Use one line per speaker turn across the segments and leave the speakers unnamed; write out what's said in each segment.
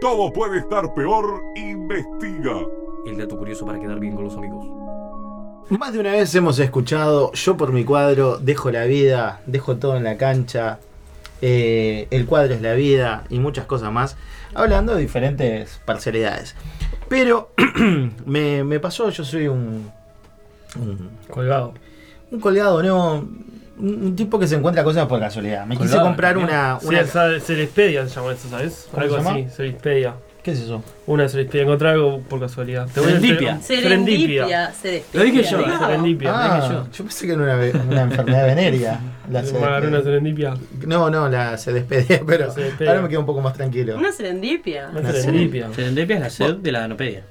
Todo puede estar peor, investiga.
El dato curioso para quedar bien con los amigos.
Más de una vez hemos escuchado, yo por mi cuadro dejo la vida, dejo todo en la cancha, eh, el cuadro es la vida y muchas cosas más, hablando de diferentes parcialidades. Pero me, me pasó, yo soy un, un,
Colgado.
un colgado, no, un un tipo que se encuentra cosas por casualidad. Me quise
Colgado,
comprar
también.
una...
Sí,
una
esa- Celispedia se llama eso, ¿sabes?
¿Cómo
Algo
se llama?
así, Celispedia.
¿Qué es eso?
Una Celispedia, encontré algo por casualidad. Te voy a
Serendipia.
entregar- Serendipia.
Serendipia. Serendipia.
Lo dije yo.
¿no?
Serendipia,
Ah,
dije yo.
yo pensé que era una, ve- una enfermedad venérea. La
Me agarré una
CDP.
serendipia.
no, no, la se despedía, pero
La CDP.
ahora me quedo un poco más tranquilo.
Una serendipia.
Una serendipia.
Serendipia es la sed de la ganopedia.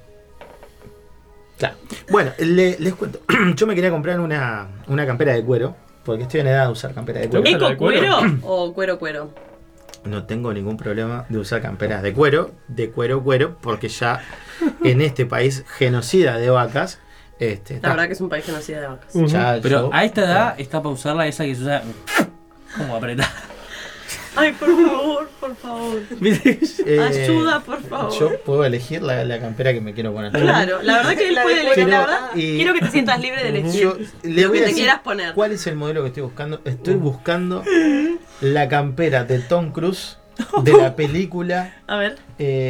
Claro. Bueno, le- les cuento. Yo me quería comprar una, una campera de cuero, porque estoy en edad de usar campera de
¿Te gusta
cuero.
la
¿Eco
de cuero?
cuero o cuero cuero?
No tengo ningún problema de usar camperas de cuero, de cuero cuero, porque ya en este país genocida de vacas, este,
La
ta,
verdad que es un país que no hacía de vacas.
Ujú.
ya
Pero
yo-
a esta edad está para usarla esa que se usa como apretar.
Ay, por favor, por favor.
eh,
Ayuda, por favor.
Yo puedo elegir la, la campera que me quiero poner.
Claro, la verdad que él puede elegir,
Pero,
la verdad.
y-
Quiero que te sientas libre de elegir
Yo le
lo
voy
que
a
te
decir
quieras poner.
cuál es el modelo que estoy buscando. Estoy buscando la campera de Tom Cruise de la película
A ver,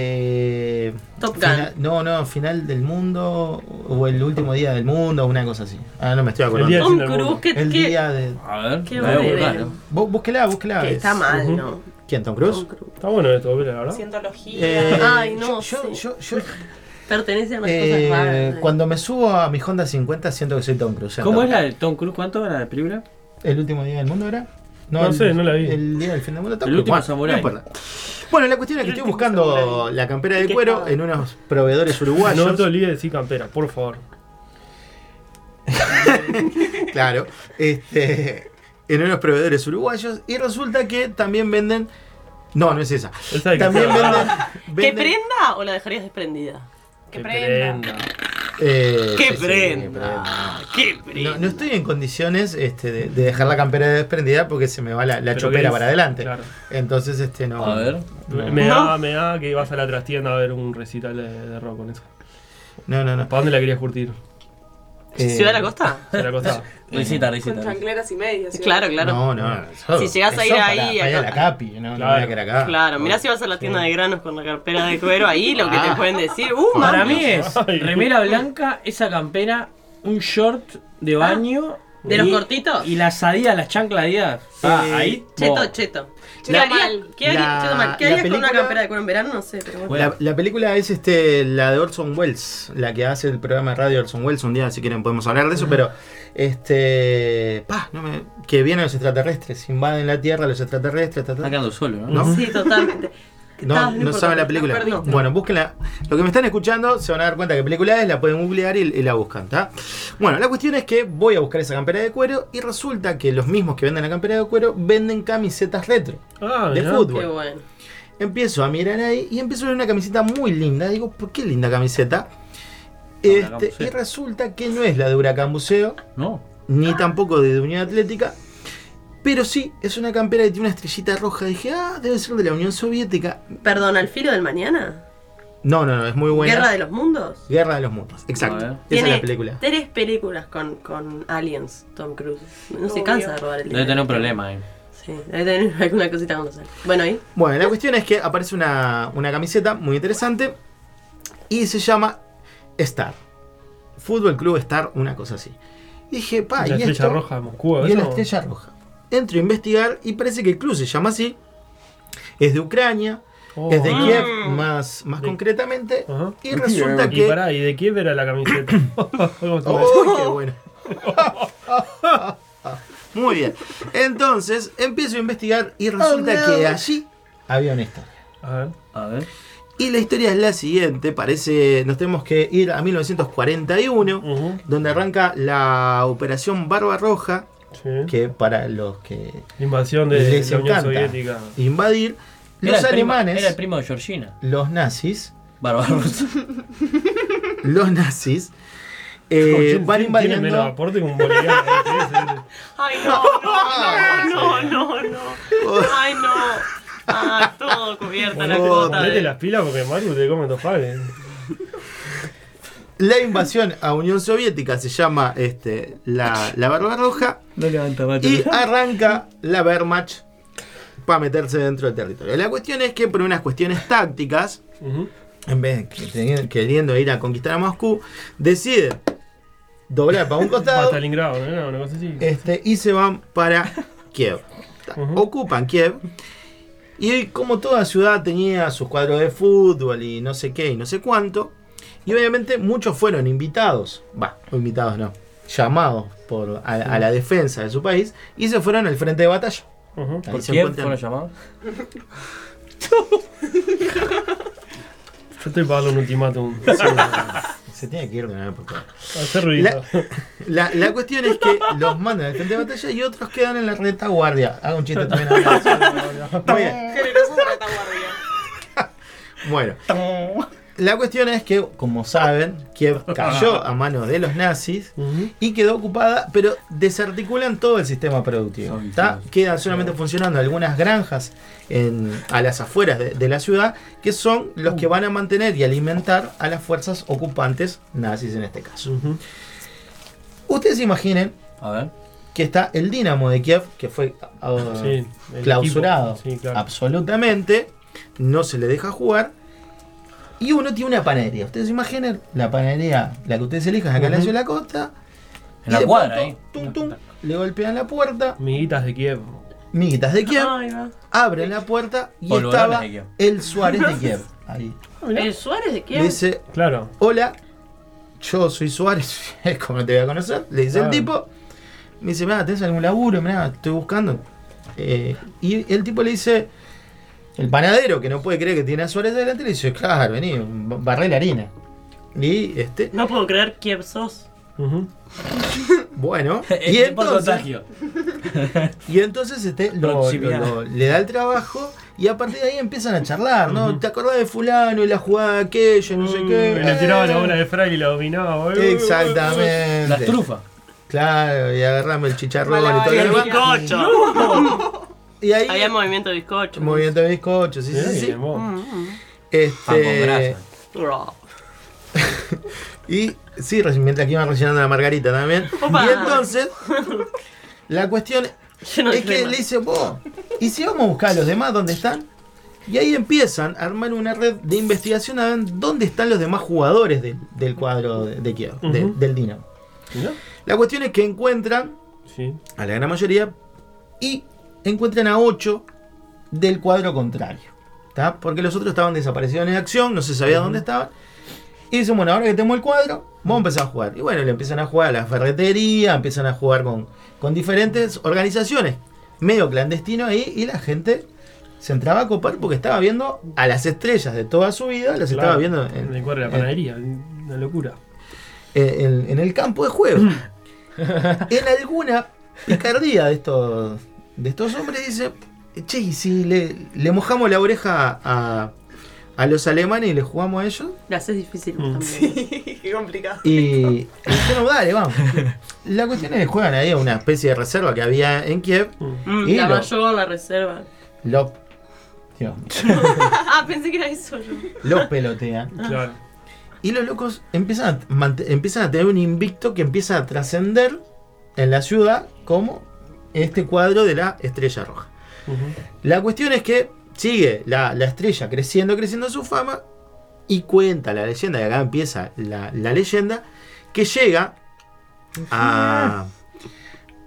Eh,
Top Gun.
fina- no, no, final del mundo o el último día del mundo, una cosa así. Ah, no me estoy acordando.
El
El
día-
día,
Tom
sin albur.
Cruise, que, que-
de.
A ver,
Qué
la voy a
horrible.
buscar, ¿no?
Vos, búsquela, búsquela.
que
Es-
está mal,
Ujú.
¿no?
¿Quién, Tom Cruise?
Tom Cruise.
Está bueno esto, la verdad.
Cientología.
Eh,
Ay,
Yo,
no.
yo,
sé.
yo- yo,
Pertenece a unas
eh,
cosas raras.
cuando me subo a mi Honda 50, siento que soy Tom Cruise.
¿Cómo es
entonces.
la de Tom Cruise? ¿Cuánto era la película?
¿El último día del mundo era?
No
el-
sé, no la vi.
El día del fin del mundo. Tom
El
Cruise.
último
Bueno,
samurái.
no importa. Bueno, la cuestión es que
El
estoy
último
buscando
samurái.
la campera
¿Y
de
qué
cuero
estaba?
en unos proveedores uruguayos.
No te olvides de decir campera, por favor.
Claro, este, en unos proveedores uruguayos y resulta que también venden... No, no es esa.
Esa de
También
campera.
venden...
¿Que
venden-
prenda o la dejarías desprendida?
Que prenda.
eh,
¡Que
sí, sí,
prenda! Ah, ¡Qué
prenda. No,
prenda!
no estoy en condiciones este, de, de dejar la campera desprendida porque se me va la, la
Pero
chopera
gris,
para adelante.
claro.
Entonces, este, no...
A ver.
No,
Me,
No.
da, me da que ibas a la trastienda a ver un recital de, de rock con eso.
no, no. no.
¿Para dónde la querías curtir?
Eh,
¿Ciudad de la Costa?
Se la costaba.
Risita,
Con
risita.
chancleras y medias.
Claro, claro.
No, no. eso-
Si llegás a
eso
ir
para-
ahí,
para ir a
acá-
la capi, no, no
Claro.
era que era acá.
Claro, mirá si vas a la tienda de granos con la carpera de cuero, ahí lo que te pueden decir. ¡Uh,
Para
mami!
mí es
Ay.
remera blanca, esa campera, un short de baño.
¿de los cortitos?
Y las adidas, las chanclas adidas. Ah, ahí.
Cheto,
vos.
cheto. ¿Qué
La-
harías, ¿Qué harías,
la-
cheto mal? ¿Qué
la
harías con una
película-
campera de cuero en verano? No sé, pero bueno.
La, la película es este la de Orson Welles, la que hace el programa de radio Orson Welles. Un día, si quieren, podemos hablar de eso, pero este. pa, no me- que vienen los extraterrestres, invaden la Tierra, los extraterrestres, ta, ta.
Está quedando solo, ¿no?
¿no?
Sí, totalmente.
No, no saben la película. Bueno, búsquenla. Lo que me están escuchando se van a dar cuenta que película es, la pueden googlear y, y la buscan, ¿tá? Bueno, la cuestión es que voy a buscar esa campera de cuero y resulta que los mismos que venden la campera de cuero venden camisetas retro
Ah,
de
mirá.
fútbol.
Qué bueno.
Empiezo a mirar ahí y empiezo a ver una camiseta muy linda. Digo, ¿por qué linda camiseta?
Huracán
Este,
Buceo.
y resulta que no es la de Huracán Buceo,
No.
ni tampoco de Unión Atlética, pero sí es una campera que tiene una estrellita roja. Dije, ah, debe ser de la Unión Soviética.
Perdón, ¿al filo del mañana?
No, no, no, es muy buena.
¿Guerra de los mundos?
Guerra de los Mundos, exacto.
A ver.
Esa es la película.
tres películas con, con aliens, Tom Cruise. No se
Obvio.
cansa de robar el
Debe
dinero.
tener un problema eh. ahí.
Sí, debe tener alguna cosita con los aliens. Bueno, ¿y?
Bueno, la cuestión es que aparece una, una camiseta muy interesante y se llama Star. Fútbol Club Star, una cosa así. Dije, pa,
La
Ah, y
estrella
esto?
roja de Moscú.
Y este es
eso?
la estrella roja. Entro a investigar y parece que el club se llama así. Es de Ucrania,
Oh.
es de
Ah.
Kiev, más, más concretamente.
Ajá.
Y resulta
Y
que.
pará, ¿y de quién era la camiseta? ¿Cómo está?
¡Oh, qué bueno! Muy bien. Entonces empiezo a investigar y resulta que allí había una historia.
A ver.
A ver.
Y la historia es la siguiente, parece, nos tenemos que ir a 1941,
Ujú.
donde arranca la Operación Barbarroja,
Sí.
que para los que
La Invasión de
les
la Unión
encanta
Soviética.
invadir,
Era
los
el primo-
alemanes,
Era el primo de Georgina.
los nazis,
Barbarossa.
los nazis, eh,
Oye,
van
tiene- Tiene menos
invadiendo...
aporte que un eh, boliviano.
Ay, no, no, no, no, no, no. Ay, no. Ah, todo todo cubierta la
Boludo,
cuota.
Ponete
de-
las pilas porque Mario te come eh. dos panes.
La invasión a Unión Soviética se llama este, la, la Barba Roja
No levanta macho.
y arranca la Wehrmacht para meterse dentro del territorio. La cuestión es que por unas cuestiones tácticas,
Ujú.
en vez de que teni- queriendo ir a conquistar a Moscú, decide doblar para un costado
Hasta Lingrado, ¿no? Era Una cosa así.
este, y se van para Kiev.
Ujú.
Ocupan Kiev. Y hoy, como toda ciudad tenía sus cuadros de fútbol y no sé qué y no sé cuánto, y obviamente muchos fueron invitados, va, no invitados no, llamados por, a, a la defensa de su país y se fueron al frente de batalla.
Ujú.
Ahí
¿Por
se
quién
encuentran-
fueron llamados?
Yo estoy pagando un ultimátum. Sí.
Se tiene que ir de una época.
Hacer ruido.
La- La, la cuestión es que los mandan al frente de batalla y otros quedan en la retaguardia. Hago un chiste también. ahora. Muy bien.
Generoso retaguardia.
Bueno, la cuestión es que, como saben, Kiev cayó a manos de los nazis
Ujú.
y quedó ocupada, pero desarticulan todo el sistema productivo.
Ay,
¿tá?
Dios.
Quedan solamente funcionando algunas granjas en- a las afueras de, de la ciudad, que son los que van a mantener y alimentar a las fuerzas ocupantes nazis en este caso.
Ujú.
Ustedes se imaginen
A ver.
que está el Dinamo de Kiev, que fue ah,
Sí, el
clausurado.
equipo. Sí, claro.
absolutamente, no se le deja jugar. Y uno tiene una panadería. Ustedes se imaginen la panadería, la que ustedes elijan acá en la
Ujú.
ciudad de la costa.
En la
de
cuadra,
pronto,
ahí.
tum, tum, le golpean la puerta.
Miguitas de Kiev.
Miguitas de Kiev
Ahí va.
abren la puerta y
Polvorones
estaba
de Kiev.
el Suárez de Kiev. Ahí.
¿El Suárez de
Le
quién?
dice,
Claro.
hola, yo soy Suárez, es como te voy a conocer, le dice el
Claro.
tipo, me dice, mira, ¿tenés algún laburo? Mira, estoy buscando. Eh, y el tipo le dice, el panadero que no puede creer que tiene a Suárez delante, le dice, claro, vení, ba- barré la harina. Y este,
No puedo creer quién sos.
Ujú.
bueno, y
Este por
entonces,
contagio.
y entonces este, lo-
Proximidad.
lo- lo- le da el trabajo y a partir de ahí empiezan a charlar, ¿no? ¿Te acordás de fulano y la jugada de aquella, no sé
Mm,
qué?
Le tiraba la
Eh,
bola de fraile y la dominaba, boludo.
Exactamente.
Las trufas.
Claro, y agarrame el chicharrón y todo
Y
lo
el
demás.
bizcocho.
Y ahí.
Había movimiento de bizcocho.
Movimiento de bizcocho, sí,
Mirá
sí, Mm. sí.
bien, vos.
Pan con
Este.
grasa.
Raw.
Y sí, reci- mientras que iban rellenando la margarita también.
Opa.
Y entonces, la cuestión
Lleno de
es que
crema.
le dice, vos, ¿y si vamos a buscar a los demás dónde están? Y ahí empiezan a armar una red de investigación a ver dónde están los demás jugadores del- del cuadro de, de Kiev, de-
Ujú.
del Dinamo.
Mirá.
La cuestión es que encuentran
Sí.
a la gran mayoría, y encuentran a 8 del cuadro contrario. ¿tá? Porque los otros estaban desaparecidos en acción, no se sabía dónde estaban. Y dicen, bueno, ahora que tenemos el cuadro, vamos a empezar a jugar. Y bueno, le empiezan a jugar a la ferretería, empiezan a jugar con, con diferentes organizaciones, medio clandestino ahí, y la gente se entraba a copar porque estaba viendo a las estrellas de toda su vida, las estaba
Claro.
viendo
En
en,
el cuadro de la
en-
panadería. Una locura.
en- eh, en- en el campo de juego. en alguna picardía de estos, de estos hombres dice, che, y si le, le mojamos la oreja a, a los alemanes y le jugamos a ellos,
La haces difícil
Mm.
también. Sí, qué complicado.
y, y dijeron, dale, vamos. La cuestión es que juegan ahí a una especie de reserva que había en Kiev.
Mm,
Y
la
lo-
mayor la reserva.
Lo, Dios,
Ah, pensé que era eso yo.
lo pelotean.
Claro.
Y los locos empiezan a, mant- empiezan a tener un invicto que empieza a trascender en la ciudad como este cuadro de la estrella roja.
Ujú.
La cuestión es que sigue la, la estrella creciendo, creciendo su fama. Y cuenta la leyenda, y acá empieza la, la leyenda, que llega a,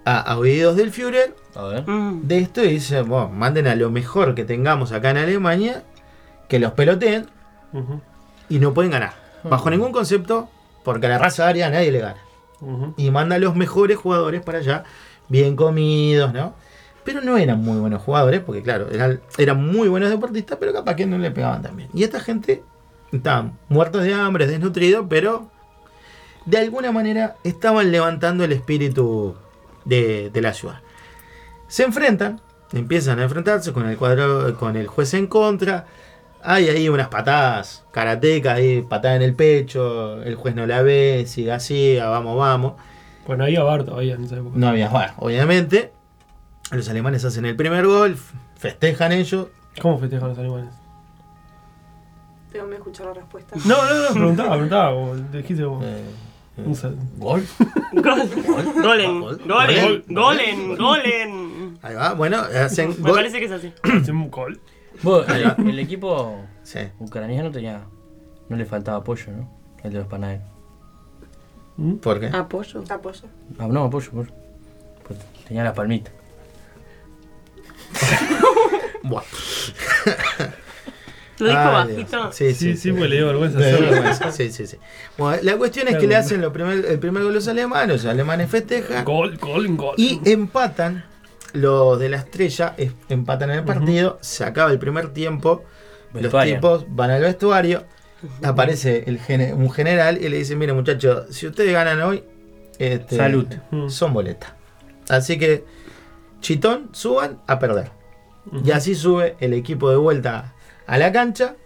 a, a oídos del Führer
A ver.
Mm.
de esto y dice: "Bueno, manden a lo mejor que tengamos acá en Alemania, que los peloteen
Ujú.
y no pueden ganar. Bajo ningún concepto, porque a la raza aria nadie le gana.
Ujú.
Y manda a los mejores jugadores para allá, bien comidos, ¿no? Pero no eran muy buenos jugadores, porque claro, eran, eran muy buenos deportistas, pero capaz que no le pegaban también. Y esta gente estaban muertos de hambre, desnutridos, pero de alguna manera estaban levantando el espíritu de, de la ciudad. Se enfrentan, empiezan a enfrentarse con el cuadro, con el juez en contra. Hay ahí unas patadas, karatecas, ahí patada en el pecho, el juez no la ve, siga así, ah, vamos, vamos.
Bueno, había bar todavía en esa época.
No había bar, obviamente. Los alemanes hacen el primer gol, f- festejan ellos,
¿Cómo festejan los animales?
Tengo que escuchar la respuesta.
No, no, no, preguntaba, preguntaba. Como, dijiste vos.
Eh, eh,
Un sa-
¿Gol?
Golem,
Gol.
golem,
Golem.
golem, golem.
Ahí va, bueno, hacen
Me
gol-
parece que es así.
Hacen un call.
Vos, el, el equipo
Sí.
ucraniano tenía. No le faltaba apoyo, ¿no? El de los panaderos.
¿Por qué?
Apoyo.
Apoyo.
Ah, no, apoyo, apoyo. Pues Tenía la palmita.
Buah.
Lo dijo
Ay, Dios.
bajito.
Ah, Sí,
Sí,
sí,
sí, porque le dio vergüenza
Le dio
hacerlo.
vergüenza. Sí, sí, sí. Bueno, la cuestión es que le hacen lo primer- el primer gol a los alemanes, los alemanes festejan
Gol, gol, gol.
Eh. y empatan. Los de la estrella es- empatan el partido, se acaba el primer tiempo, los
Vestuario.
tipos van al vestuario, aparece el gene- un general y le dice, mire muchachos, si ustedes ganan hoy, este,
Salud.
Mm,
son boletas. Así que, chitón, suban a perder. Y así sube el equipo de vuelta a la cancha.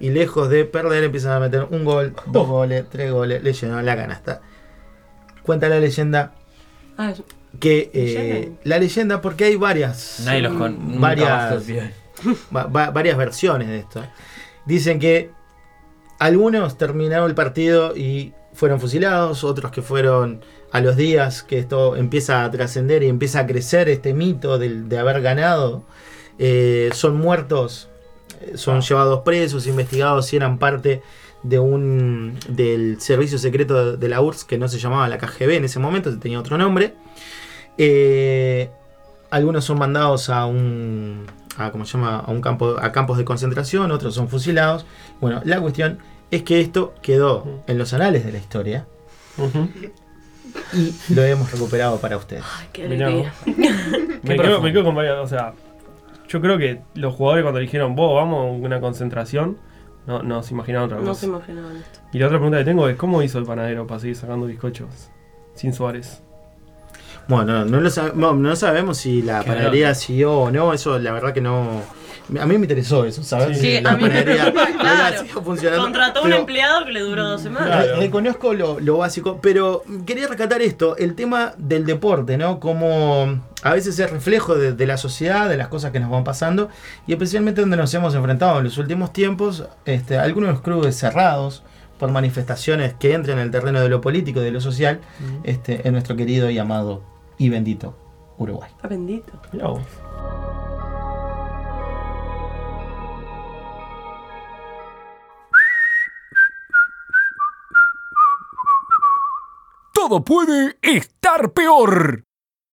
Y lejos de perder, empiezan a meter un gol,
Oh.
dos goles, tres goles. Le llenaron la canasta. Cuenta la leyenda
Ah,
que.
Me
eh,
llenan.
la leyenda, porque hay varias.
Nadie los con. nunca más los
varias,
vio.
va- va- varias versiones de esto. Dicen que algunos terminaron el partido y fueron fusilados, otros que fueron a los días que esto empieza a trascender y empieza a crecer este mito del- de haber ganado. Eh, son muertos, eh, son llevados presos, investigados si eran parte de un del servicio secreto de, de la URSS que no se llamaba la KGB en ese momento, tenía otro nombre. Eh, algunos son mandados a un a, ¿cómo se llama? a un campo a campos de concentración, otros son fusilados. Bueno, la cuestión es que esto quedó en los anales de la historia
Ujú.
y lo hemos recuperado para ustedes.
qué
Mirá
alegría.
Me
profundo.
quedo, me quedo con varias. O sea, yo creo que los jugadores cuando dijeron, vos vamos a una concentración, no, no se imaginaron otra cosa.
No se imaginaban esto.
Y la otra pregunta que tengo es: ¿cómo hizo el panadero para seguir sacando bizcochos sin Suárez?
Bueno, no, no lo sab- no, no sabemos si la
Qué
panadería siguió o no, eso la verdad que no... A mí me interesó eso, ¿sabes?
Sí.
Si
Sí,
la
a mí me
panadería
preocupa,
habrá
claro.
sido funcionando,
Contrató un
pero-
empleado que le duró dos semanas.
Claro.
Re- Reconozco lo, lo básico, pero quería rescatar esto, el tema del deporte, ¿no? Como a veces es reflejo de, de la sociedad, de las cosas que nos van pasando, y especialmente donde nos hemos enfrentado en los últimos tiempos, este, algunos clubes cerrados por manifestaciones que entran en el terreno de lo político y de lo social, este, en nuestro querido y amado y bendito Uruguay.
Está bendito.
Mirá vos.
Todo puede estar peor.